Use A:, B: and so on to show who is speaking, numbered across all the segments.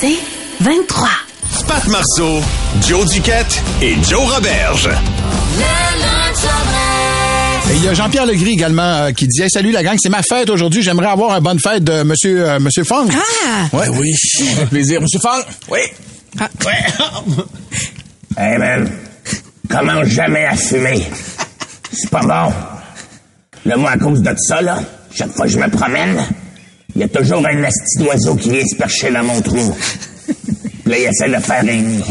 A: C'est 23.
B: Pat Marceau, Joe Duquette et Joe Roberge.
C: Et il y a Jean-Pierre Legris également euh, qui dit Hey, Salut la gang, c'est ma fête aujourd'hui. J'aimerais avoir une bonne fête de Monsieur, euh, monsieur Fong.
A: Ah!
C: Ouais.
D: Oui, avec plaisir. Monsieur Fang?
E: Ah,
D: Oui. Oui.
F: Hey man, Eh ben, comment jamais à fumer? C'est pas bon. Là, moi, à cause de ça, là, chaque fois que je me promène, il y a toujours un esti d'oiseau qui vient se percher dans mon trou. Puis là, il essaie de faire un nid.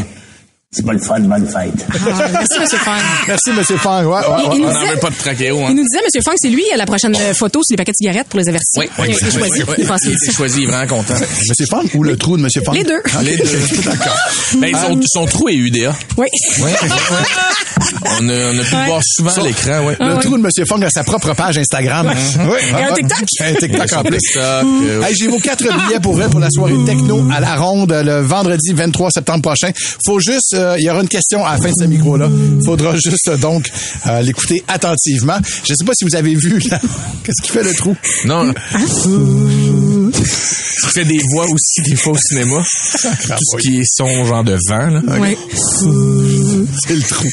F: C'est pas le fun, bonne fête.
E: Ah, merci, M. Fang.
C: Merci Monsieur Fong. Ouais, ouais,
E: Il-
C: ouais.
E: il nous
D: On n'en
E: disait-
D: veut pas de trachéo, hein.
E: Il nous disait, M. Fang, c'est lui à la prochaine euh, photo sur les paquets de cigarettes pour les avertir.
D: Oui, oui,
E: Il a été
D: oui,
E: choisi.
D: oui, oui.
E: Il pense que
D: Il
E: c'est
D: était
E: ça.
D: choisi, il est vraiment content.
C: Monsieur Fong ou le trou de Monsieur Fong?
E: Les deux. Euh,
D: Les deux. D'accord. Ben, ils ont- son trou est UDA.
E: Oui.
D: On a, on a pu le voir souvent à l'écran, ouais.
E: Ah,
C: Le trou de Monsieur Fong a sa propre page Instagram. Oui.
E: Et un TikTok.
C: Un TikTok en plus.
D: TikTok, euh,
C: Hey, J'ai vos quatre billets pour vrai pour la soirée techno à la ronde euh, le vendredi 23 septembre prochain. Faut juste, euh, il y aura une question à la fin de ce micro-là. Faudra juste euh, donc euh, l'écouter attentivement. Je sais pas si vous avez vu là, qu'est-ce qui fait le trou.
D: Non. Tu fais des voix aussi, des fois au cinéma. Tout ce qui est son genre de vent, là.
E: Oui.
C: C'est le trou.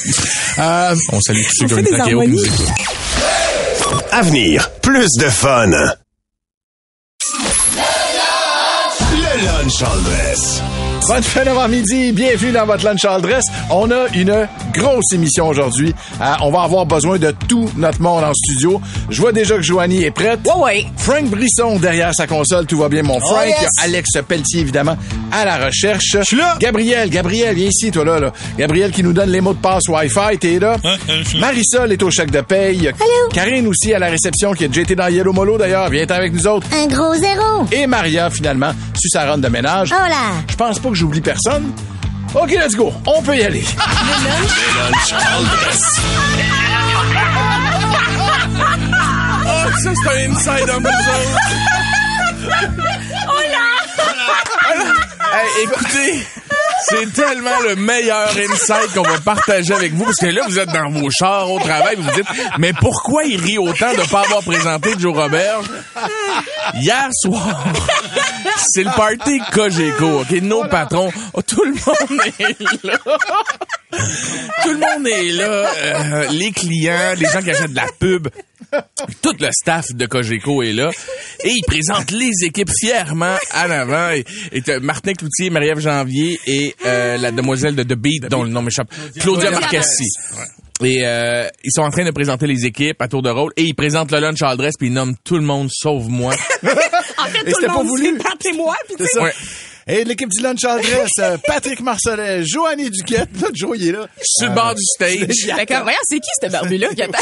C: Euh,
D: On salue tous ceux qui
E: fait
D: ont une
E: des
D: trachéo qui nous
E: harmonies.
D: écoutent.
B: Avenir, plus de fun. Le lunch Andress.
C: Bonne fin d'avant-midi, bienvenue dans votre lunch Aldress. On a une grosse émission aujourd'hui. Euh, on va avoir besoin de tout notre monde en studio. Je vois déjà que Joanie est prête.
E: Ouais, ouais.
C: Frank Brisson derrière sa console, tout va bien
D: Oh,
C: mon Frank.
E: yes.
C: Il y a Alex Pelletier évidemment à la recherche. Je suis là. Gabriel, Gabriel, viens ici toi là, là. Gabriel qui nous donne les mots de passe Wi-Fi, t'es là. Marisol est au chèque de paye. Karine aussi à la réception qui a déjà été dans Yellow Molo d'ailleurs, viens avec nous autres.
G: Un gros zéro.
C: Et Maria finalement, sur sa ronde de ménage.
G: Oh là.
C: Je pense pas que j'oublie personne. OK, let's go. On peut y aller.
D: Ah, ça, c'est un inside en Écoutez, c'est tellement le meilleur insight qu'on va partager avec vous, parce que là, vous êtes dans vos chars au travail, vous vous dites, mais pourquoi il rit autant de pas avoir présenté Joe Robert hier soir? C'est le party Cogeco, OK? Nos patrons, oh, tout le monde est là. Tout le monde est là. Euh, les clients, les gens qui achètent de la pub, tout le staff de Cogeco est là et ils présentent les équipes fièrement à l'avant. Et, et t'as Martin Cloutier, Marie-Ève Janvier et euh, la demoiselle de The Beat, dont le nom m'échappe, Claudia Marcassi. Et euh, ils sont en train de présenter les équipes à tour de rôle et ils présentent le lunch Aldress puis ils nomment tout le monde sauf moi.
E: En fait,
C: Et
E: tout
C: c'était
E: le
C: pas
E: monde
C: voulu.
E: dit, Pat et moi, puis tu sais.
D: Ouais.
C: Et de l'équipe du Lunch Andress, euh, Patrick Marcelet, Joanny Duquette, notre Joe, il est là.
D: Sur le bord du stage,
E: Fait que, voyons, c'est qui ce barbu-là? qui attend?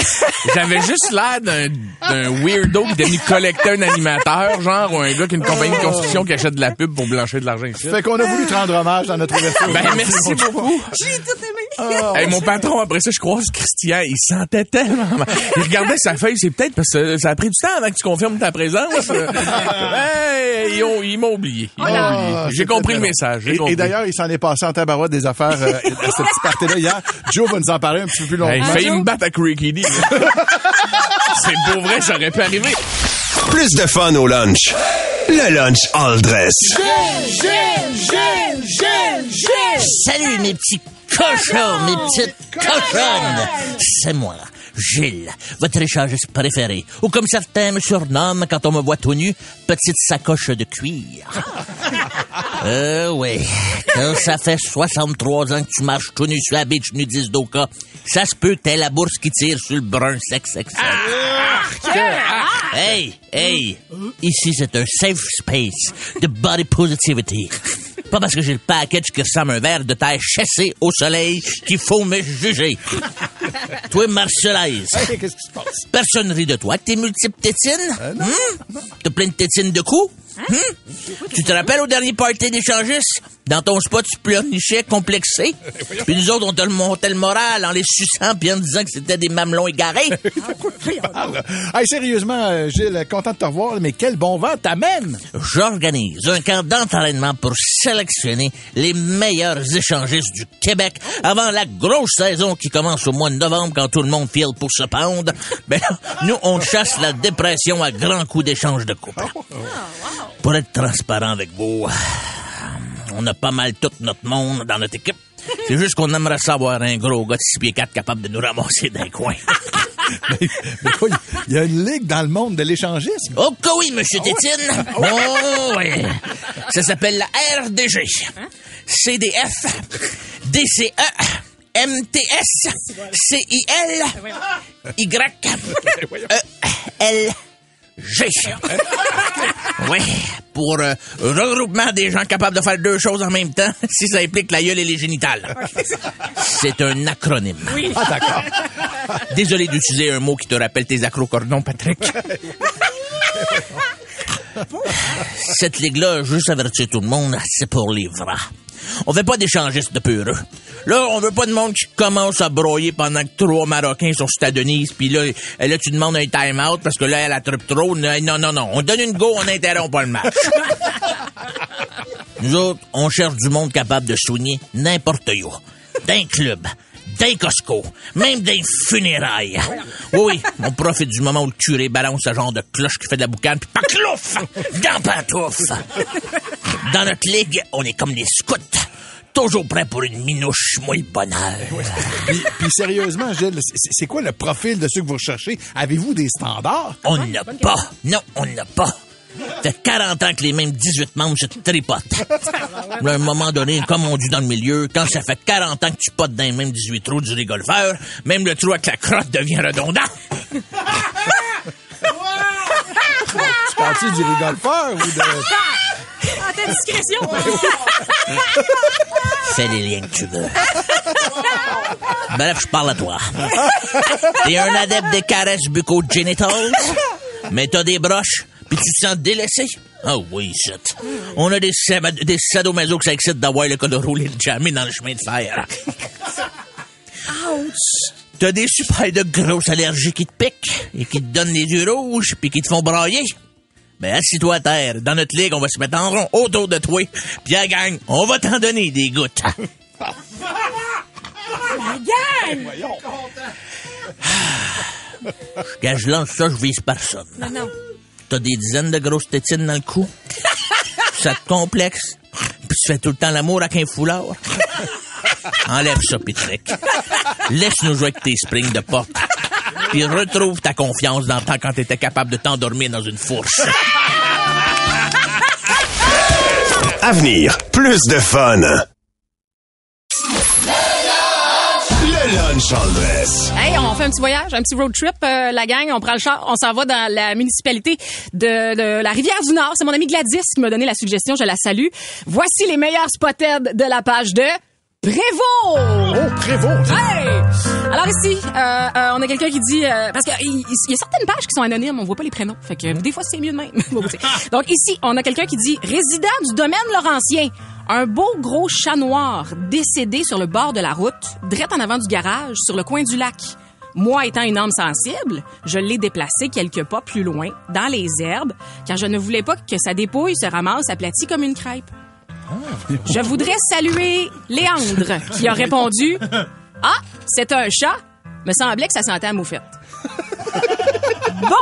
D: j'avais juste l'air d'un d'un weirdo qui était venu collecter un animateur, genre, ou un gars qui a une compagnie de construction qui achète de la pub pour blanchir de l'argent ici.
C: Euh, Fait qu'on a voulu te rendre hommage dans notre ouverture.
D: Ben, merci beaucoup.
E: J'ai tout aimé.
C: Oh,
D: Hey, mon patron, après ça, je croise Christian. Il sentait tellement mal. Il regardait sa feuille. C'est peut-être parce que ça a pris du temps avant que tu confirmes ta présence. hey, ils ont- ils m'ont oublié.
C: Oh
D: Ils m'ont
C: Ah,
D: oublié. J'ai compris le message. J'ai
C: Et- Et,
D: compris.
C: d'ailleurs, il s'en est passé en tabarouette des affaires euh, à ce petit party-là hier. Joe va nous en parler un petit peu plus longtemps.
D: Hey, il failli
E: Bonjour.
D: me battre à Creaky D. C'est pour vrai, ça aurait pu arriver.
B: Plus de fun au lunch. Le lunch Aldress.
H: Salut mes petits cochons, mes petites cochonnes. C'est moi, Gilles, votre échangiste préféré. Ou comme certains me surnomment quand on me voit tout nu, petite sacoche de cuir. euh, oui. Quand ça fait 63 ans que tu marches tout nu sur la beach nudiste d'Oka, ça se peut, t'es la bourse qui tire sur le brun sexe, sexe. Hey, hey, ici c'est un safe space de body positivity. Pas parce que j'ai le package qui ressemble à un verre de terre chassé au soleil qu'il faut me juger. Toi, Marcelaise,
C: Hey, Qu'est-ce qui se passe? Euh,
H: personne rit de toi. avec Tes multiples tétines? Hmm? T'as plein de tétines de coups? Hmm? Tu te rappelles au dernier party d'échangistes? Dans ton spot, tu pleurnichais complexé. Puis nous autres, on te le montait le moral en les suçant puis en disant que c'était des mamelons égarés.
C: Hey, sérieusement, euh, Gilles, content de te revoir, mais quel bon vent t'amène!
H: j'organise un camp d'entraînement pour sélectionner les meilleurs échangistes du Québec avant la grosse saison qui commence au mois de novembre quand tout le monde file pour se pendre. Ben là, nous, on chasse la dépression à grands coups d'échange de couple. Pour être transparent avec vous, euh, on a pas mal tout notre monde dans notre équipe. C'est juste qu'on aimerait savoir un gros gars de 6 pieds 4 capable de nous ramasser d'un coin.
C: Mais quoi, il y a une ligue dans le monde de l'échangisme.
H: Oh que oui, Monsieur Tétine. Oh oui. Ça s'appelle la RDG. CDF. DCE. MTS. CIL. Y. E. L. G. Oui, pour euh, regroupement des gens capables de faire deux choses en même temps, si ça implique la gueule et les génitales. C'est un acronyme.
C: Ah, d'accord.
H: Désolé d'utiliser un mot qui te rappelle tes acrocordons, Patrick. Cette ligue-là, juste avertir tout le monde, c'est pour les vrais. On veut pas d'échangistes de peureux. Là, on veut pas de monde qui commence à broyer pendant que trois Marocains sont sur ta Denise, puis là, là, tu demandes un time-out parce que là, elle attrape trop. Non, non, non. On donne une go, on interrompt pas le match. Nous autres, on cherche du monde capable de soigner n'importe où. D'un club, d'un Costco, même d'un funérailles. Oui, oui, on profite du moment où le curé balance ce genre de cloche qui fait de la boucane, puis paclouf! Dans pantouf! Dans notre ligue, on est comme les scouts. Toujours prêts pour une minouche, moi le bonheur.
C: Puis, puis sérieusement, Gilles, c'est c'est quoi le profil de ceux que vous recherchez? Avez-vous des standards?
H: On n'a pas. Non, on n'a pas. Ça fait 40 ans que les mêmes 18 membres se tripotent. À un moment donné, comme on dit dans le milieu, quand ça fait 40 ans que tu potes dans les mêmes 18 trous du rigolfeur, même le trou avec la crotte devient redondant.
C: Tu parles-tu du rigolfeur ou de...
E: Ah, ta discrétion! hein.
H: Fais les liens que tu veux. Bref, je parle à toi. T'es un adepte des caresses bucco-génitales, mais t'as des broches, puis tu te sens délaissé. Ah oui, shit. On a des, sama- des sadomaso que ça excite d'avoir le col roulé le jamais dans le chemin de fer. T'as des super de grosses allergies qui te piquent et qui te donnent les yeux rouges puis qui te font brailler. Ben, assis-toi à terre. Dans notre ligue, on va se mettre en rond autour de toi. Puis la gang, on va t'en donner des gouttes. Quand Ah. je lance ça, je vise personne.
E: Non, non.
H: T'as des dizaines de grosses tétines dans le cou. ça te complexe. Puis tu fais tout le temps l'amour avec un foulard. Enlève ça, Patrick. Laisse-nous jouer avec tes springs de porte. Puis retrouve ta confiance dans le temps quand t'étais capable de t'endormir dans une fourche.
B: Avenir, plus de fun. Le lunch en dress.
E: Hey, on fait un petit voyage, un petit road trip, euh, la gang. On prend le char, on s'en va dans la municipalité de, de la Rivière-du-Nord. C'est mon ami Gladys qui m'a donné la suggestion, je la salue. Voici les meilleurs spotted de la page de Prévost!
C: Oh, Prévost!
E: Hey! Alors ici, euh, euh, on a quelqu'un qui dit euh, parce qu'il il il y a certaines pages qui sont anonymes, on voit pas les prénoms. Fait que euh, des fois c'est mieux de même. Bon, c'est- Donc ici, on a quelqu'un qui dit résident du domaine Laurentien, un beau gros chat noir décédé sur le bord de la route, drette en avant du garage, sur le coin du lac. Moi étant une âme sensible, je l'ai déplacé quelques pas plus loin, dans les herbes, car je ne voulais pas que sa dépouille se ramasse aplatie comme une crêpe. Je voudrais saluer Léandre, qui a répondu Ah, c'est un chat. Me semblait que ça sentait la moufette. Bon,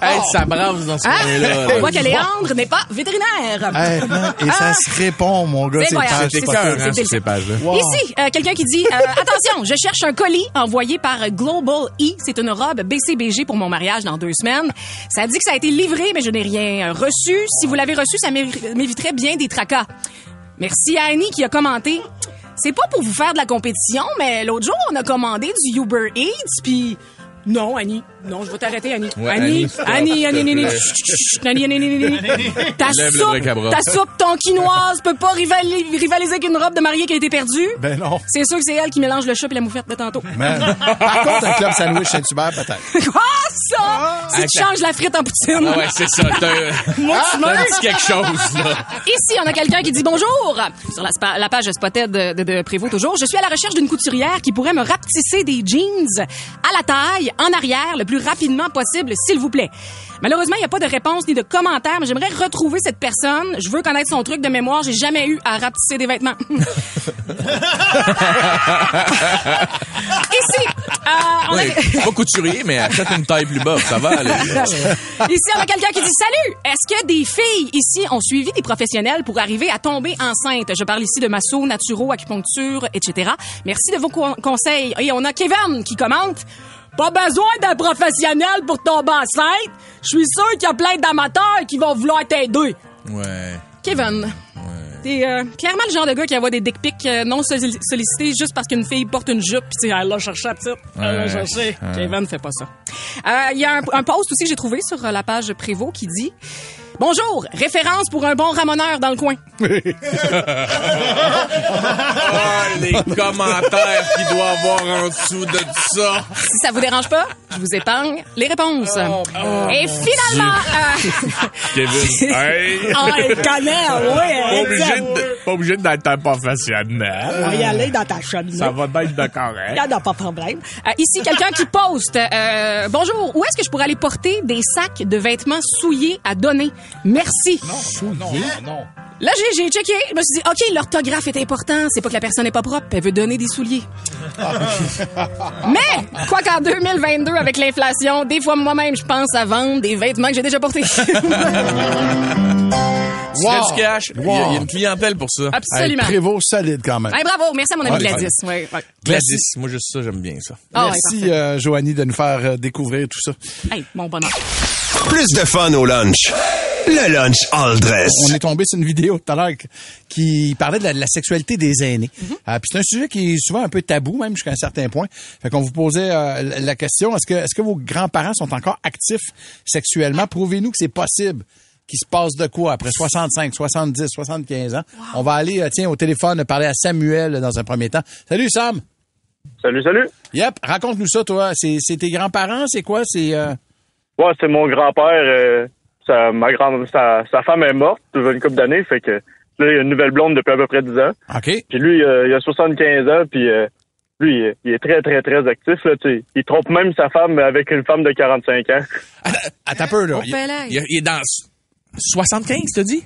D: Hey, ça brasse dans ce
C: Ah!
E: hein?
D: coin-là.
E: on voit que Léandre n'est pas vétérinaire.
A: Hey, man, et ça se répond, mon gars.
E: C'est
A: C'est
E: voyage.
A: pas-
D: C'est
E: C'est
D: écœurant
E: ça, c'est
D: sur ces pages-là.
E: Ici, euh, quelqu'un qui dit euh, Attention, je cherche un colis envoyé par Global E. C'est une robe BCBG pour mon mariage dans deux semaines. Ça dit que ça a été livré, mais je n'ai rien euh, reçu. Si vous l'avez reçu, ça m'é- m'éviterait bien des tracas. Merci à Annie qui a commenté. C'est pas pour vous faire de la compétition, mais l'autre jour, on a commandé du Uber Eats, puis. Non, Annie. Non, je vais t'arrêter, Annie. Annie, Annie, Annie, Annie, Annie, Chut, chut, chut, Annie, Annie, Annie, Annie, Annie. Ta
D: Lève le
E: soupe,
D: bric-à-brac.
E: ta soupe tonkinoise peut pas rivali- rivaliser avec une robe de mariée qui a été perdue.
C: Ben non.
E: C'est sûr que c'est elle qui mélange le chat et la moufette de tantôt.
C: Man. Ben, Par contre, un club sandwich Saint-Hubert, peut-être.
E: Quoi, ça? Si tu changes la frite en poutine.
D: Ah ouais, c'est ça. T'as un
E: Moi, tu meurs.
D: petit quelque chose, là.
E: Ici, on a quelqu'un qui dit bonjour. Sur la, spa- la page Spotted de, de- de Prévost toujours. Je suis à la recherche d'une couturière qui pourrait me rapetisser des jeans à la taille, en arrière, le plus rapidement possible, s'il vous plaît. Malheureusement, il n'y a pas de réponse ni de commentaire, mais j'aimerais retrouver cette personne. Je veux connaître son truc de mémoire. J'ai jamais eu à rapetisser des vêtements. Ici, euh, on a...
D: Ouais, pas couturier, mais achète une taille plus bas, ça va aller.
E: Ici, on a quelqu'un qui dit Salut, est-ce que des filles ici ont suivi des professionnels pour arriver à tomber enceinte Je parle ici de masso, naturo, acupuncture, etc. Merci de vos con- conseils. Et on a Kevin qui commente Pas besoin d'un professionnel pour tomber enceinte. Je suis sûr qu'il y a plein d'amateurs qui vont vouloir t'aider.
D: Ouais.
E: Kevin. T'es euh, clairement le genre de gars qui envoie des dick pics euh, non solli- sollicités juste parce qu'une fille porte une jupe pis ah, tu sais, elle l'a cherché la petite. Ah, Elle l'a cherché. Kevin fait pas ça. Euh, Il y a un, un post aussi que j'ai trouvé sur euh, la page Prévost qui dit Bonjour, référence pour un bon ramoneur dans le coin.
D: Oh, les commentaires qu'il doit avoir en dessous de ça.
E: Si ça vous dérange pas, je vous épargne les réponses. Et finalement,
D: Kevin, hey,
E: euh, oh, elle connaît,
D: pas
E: ouais,
D: obligé de- pas obligé d'être un professionnel.
I: On va y aller dans ta cheminée.
D: Ça va être de
I: Il y
D: correct.
I: en a pas de problème.
E: Euh, ici, quelqu'un qui poste euh, Bonjour, où est-ce que je pourrais aller porter des sacs de vêtements souillés à donner Merci. Là, j'ai, j'ai checké. Je me suis dit OK, l'orthographe est important. C'est pas que la personne n'est pas propre. Elle veut donner des souliers.
C: Ah,
E: Mais, quoi qu'en 2022, avec l'inflation, des fois, moi-même, je pense à vendre des vêtements que j'ai déjà portés.
D: Tu fais du cash. Il y, a- il y a une clientèle pour ça.
E: Absolument. Ah,
C: Hey, Prévost solide quand même.
E: Hey, bravo. Merci à mon ami
C: Ouais,
E: Gladys. Ouais, ouais.
D: Gladys, moi juste ça, j'aime bien ça.
E: Ah, ouais,
C: Merci, euh, Joanie, de nous faire euh, découvrir tout ça.
E: parfait. Hey, mon bonheur.
B: Plus de fun au lunch. Le lunch all dress.
C: On est tombé sur une vidéo tout à l'heure qui- qui parlait de la, de la sexualité des aînés.
E: Mm-hmm.
C: Ah, puis c'est un sujet qui est souvent un peu tabou, même jusqu'à un certain point. Fait qu'on vous posait euh, la- la question, est-ce que, est-ce que vos grands-parents sont encore actifs sexuellement? Prouvez-nous que c'est possible qu'il se passe de quoi après 65, 70, 75 ans. On va aller, euh, tiens, au téléphone parler à Samuel euh, dans un premier temps. Salut Sam!
J: Salut, salut.
C: Yep, raconte-nous ça, toi. C'est, c'est tes grands-parents, c'est quoi? C'est... euh,
J: Ouais, c'est mon grand-père. euh, sa, ma grand sa, sa femme est morte il y a une couple d'années, fait que là, il a une nouvelle blonde depuis à peu près 10 ans.
C: OK.
J: Puis lui, euh, il a 75 ans, puis euh, lui, il est- il est très, très, très actif. Là, tu sais. il trompe même sa femme avec une femme de 45 ans.
C: Attends un peu, là.
E: Au palais.
D: Il, il est dans 75, t'as dit?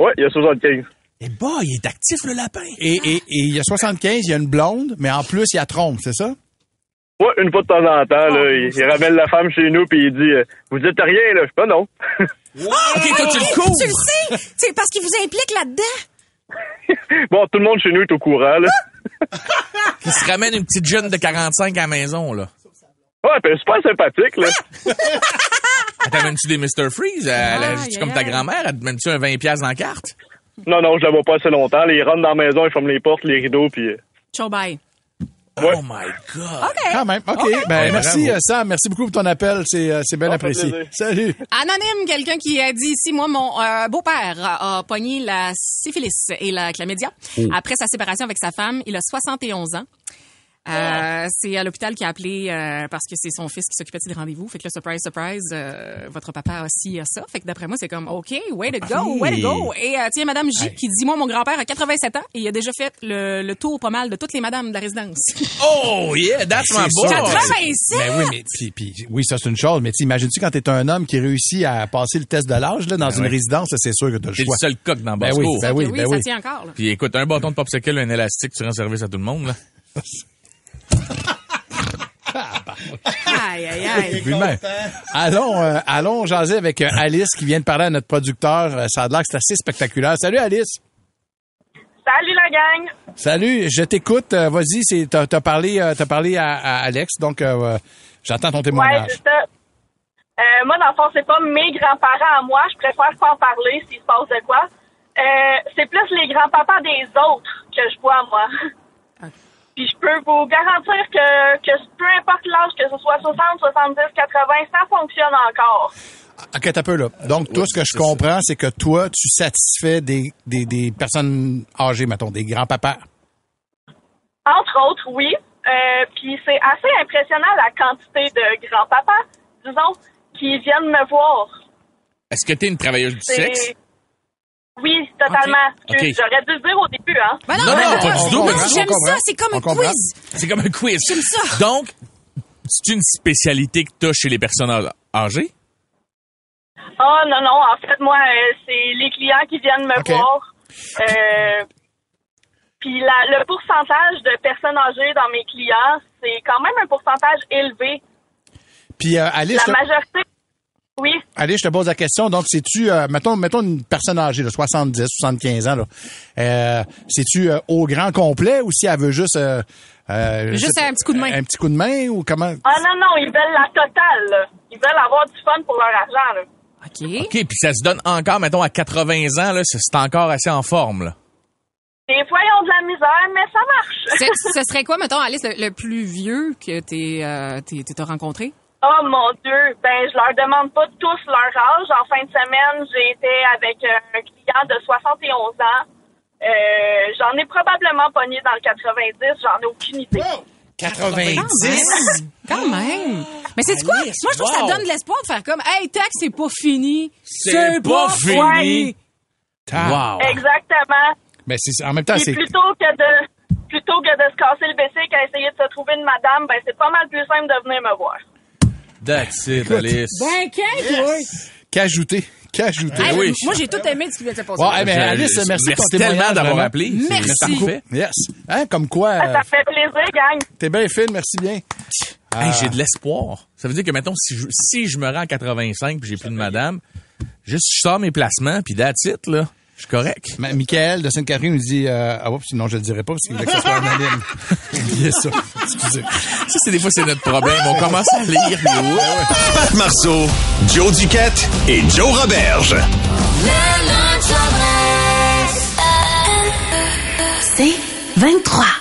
J: Ouais, il a 75.
D: Eh bah, il est actif, le lapin.
C: Et, et, et il y a 75, il y a une blonde, mais en plus, il y a trompe, c'est ça?
J: Ouais, une fois de temps en temps, là, il, il ramène la femme chez nous, puis il dit euh, Vous dites rien, là. Je sais pas, non.
D: OK, toi, tu le cours.
E: Tu le sais, c'est parce qu'il vous implique là-dedans.
J: bon, tout le monde chez nous est au courant, là.
D: Il se ramène une petite jeune de 45 à la maison, là.
J: Ouais, puis elle est super sympathique, là.
D: Elle t'amène-tu des Mr. Freeze? Elle,
E: Aïe,
D: elle- tu comme
E: aïe,
D: ta
E: aïe.
D: grand-mère, elle te mène-tu un 20$ dans la carte?
J: Non, non, je la vois pas assez longtemps. là. il rentre dans la maison, il ferme les portes, les rideaux, puis. euh,
E: Ciao, bye.
J: Ouais.
D: Oh my God!
C: Quand même. OK. Ben,
D: Ouais,
C: merci,
D: bravo.
C: euh, Sam. Merci beaucoup pour ton appel. C'est, euh, c'est bien
J: Ça fait
C: apprécié.
J: plaisir.
C: Salut.
E: Anonyme, quelqu'un qui a dit ici, moi, mon euh, beau-père a, a pogné la syphilis et la chlamydia.
C: Oh.
E: Après sa séparation avec sa femme, il a 71 ans.
C: Ah.
E: Euh, C'est à l'hôpital qui a appelé euh, parce que c'est son fils qui s'occupait de ses rendez-vous. Fait que là, surprise, surprise, euh, votre papa aussi a ça. Fait que d'après moi, c'est comme, OK, way to
C: Ah
E: go, way to go. Et euh, tiens, Madame J qui dit, moi, mon grand-père a 87 ans et il a déjà fait le, le tour pas mal de toutes les madames de la résidence.
D: Oh yeah, that's
C: Ah,
D: my boy!
E: 87!
C: Ben oui, mais puis, puis, oui, ça c'est une chose, mais t'imagines-tu quand t'es un homme qui réussit à passer le test de l'âge là, dans une résidence, là, c'est sûr que t'as Ben le
D: T'es le
C: choix.
D: seul coq dans le
C: Ben oui, ben oui,
E: oui,
C: ben
E: ça
C: oui.
E: tient encore. là.
D: Puis écoute, un bâton de popsicle, un élastique, tu rends service à tout le monde, là.
E: Aïe, aïe, aïe.
C: Oui, mais allons, euh, allons jaser avec euh, Alice qui vient de parler à notre producteur. Euh, Ça a l'air que c'est assez spectaculaire. Salut Alice.
H: Salut la gang!
C: Salut, je t'écoute. Euh, vas-y, c'est, t'as, t'as parlé, euh, t'as parlé à, à Alex, donc euh, euh, j'attends ton
H: Ouais,
C: témoignage.
H: c'est ça. Euh, moi, dans le fond, c'est pas mes grands-parents à moi. Je préfère pas en parler s'il se passe de quoi. Euh, c'est plus les grands-papas des autres que je vois, moi. Puis je peux vous garantir que, que peu importe l'âge, que ce soit 60, 70, 80, ça fonctionne encore.
C: OK, t'as peu là. Donc, toi, ce que je comprends, c'est que toi, tu satisfais des, des, des personnes âgées, mettons, des grands-papas.
H: Entre autres, oui. Euh, puis c'est assez impressionnant la quantité de grands-papas, disons, qui viennent me voir.
D: Est-ce que t'es une travailleuse du
H: C'est-
D: sexe?
H: Oui, totalement.
D: Ok.
H: Excuse, J'aurais dû le dire au début, hein.
E: Ben
D: Non, non,
E: ben
D: pas
E: non,
D: du tout,
E: non,
D: mais on
E: J'aime
C: Ah, comprend.
E: ça, c'est comme
C: On
E: un
C: comprend.
E: quiz.
D: C'est comme un quiz.
E: J'aime ça.
D: Donc, c'est une spécialité que t'as chez les personnes â- âgées?
J: Ah non, non, en fait, moi, euh, c'est les clients qui viennent me
C: Ok.
J: voir. Euh, Puis la- le pourcentage de personnes âgées dans mes clients, c'est quand même un pourcentage élevé.
C: Puis euh, Alice,
J: La
C: là-
J: majorité... Oui,
C: Allez, je te pose la question. Donc, c'est-tu, euh, mettons, mettons une personne âgée, de 70, 75 ans, là. Euh, c'est-tu euh, au grand complet ou si elle veut juste... euh, euh, je
E: Juste
C: sais pas,
E: un petit coup de main.
C: Un petit coup de main ou comment...
J: ah non, non, ils veulent la totale. là. Ils veulent avoir du fun pour leur argent. Là.
E: OK.
D: OK, puis ça se donne encore, mettons, à 80 ans, là, c'est c'est encore assez en forme, là.
J: Des fois, ils ont de la misère, mais ça marche.
E: Ce ce serait quoi, mettons, Alice, le, le plus vieux que t'es, euh, t'es- t'es- t'as rencontré?
J: Oh mon Dieu, ben je leur demande pas tous leur âge. En fin de semaine, j'ai été avec un client de 71 ans. Euh, j'en ai probablement pogné dans le 90, j'en ai aucune idée.
C: 90!
E: Quand même! Quand
D: Ah!
E: même! Mais c'est quoi?
K: Alice,
E: Moi, je trouve que ça
K: wow.
E: donne de l'espoir de faire comme, hey, tac, c'est pas fini.
D: C'est pas fini. Wow!
J: Exactement.
C: Mais c'est, en même temps,
J: Puis
C: c'est...
J: plutôt que de plutôt que de se casser le bécic à essayer de se trouver une madame, ben c'est pas mal plus simple de venir me voir.
D: That's it, Alice.
E: Ben, quel
C: Qu'ajouter. Qu'ajouter.
E: Hey,
D: Ben oui.
E: Moi, j'ai tout aimé de ce qui vient de se passer.
C: Ouais, hey, mais
D: Je-
C: Alice,
D: je-
C: merci, pour ton
D: tellement
C: témoignage,
D: d'avoir
C: vraiment.
D: appelé. C'est-
E: Merci.
D: c'est parfait.
C: Yes. Hein, comme quoi, euh,
J: Ça fait plaisir, gang.
C: t'es bien fine, merci bien.
D: Hey, j'ai de l'espoir. Ça veut dire que, mettons, si je, si je me rends à 85 puis j'ai plus de madame, juste je sors mes placements puis that's it, là. Je suis correct.
C: Ma- Michael de Sainte-Catherine nous dit euh, ah oups, non je le dirai pas parce qu'il voulait que ce soit anonyme. Oubliez ça. Excusez.
D: Ça, c'est des fois, c'est notre problème. On commence à lire. puis oups.
B: Pat Marceau, Joe Duquette et Joe Roberge.
G: C'est 23.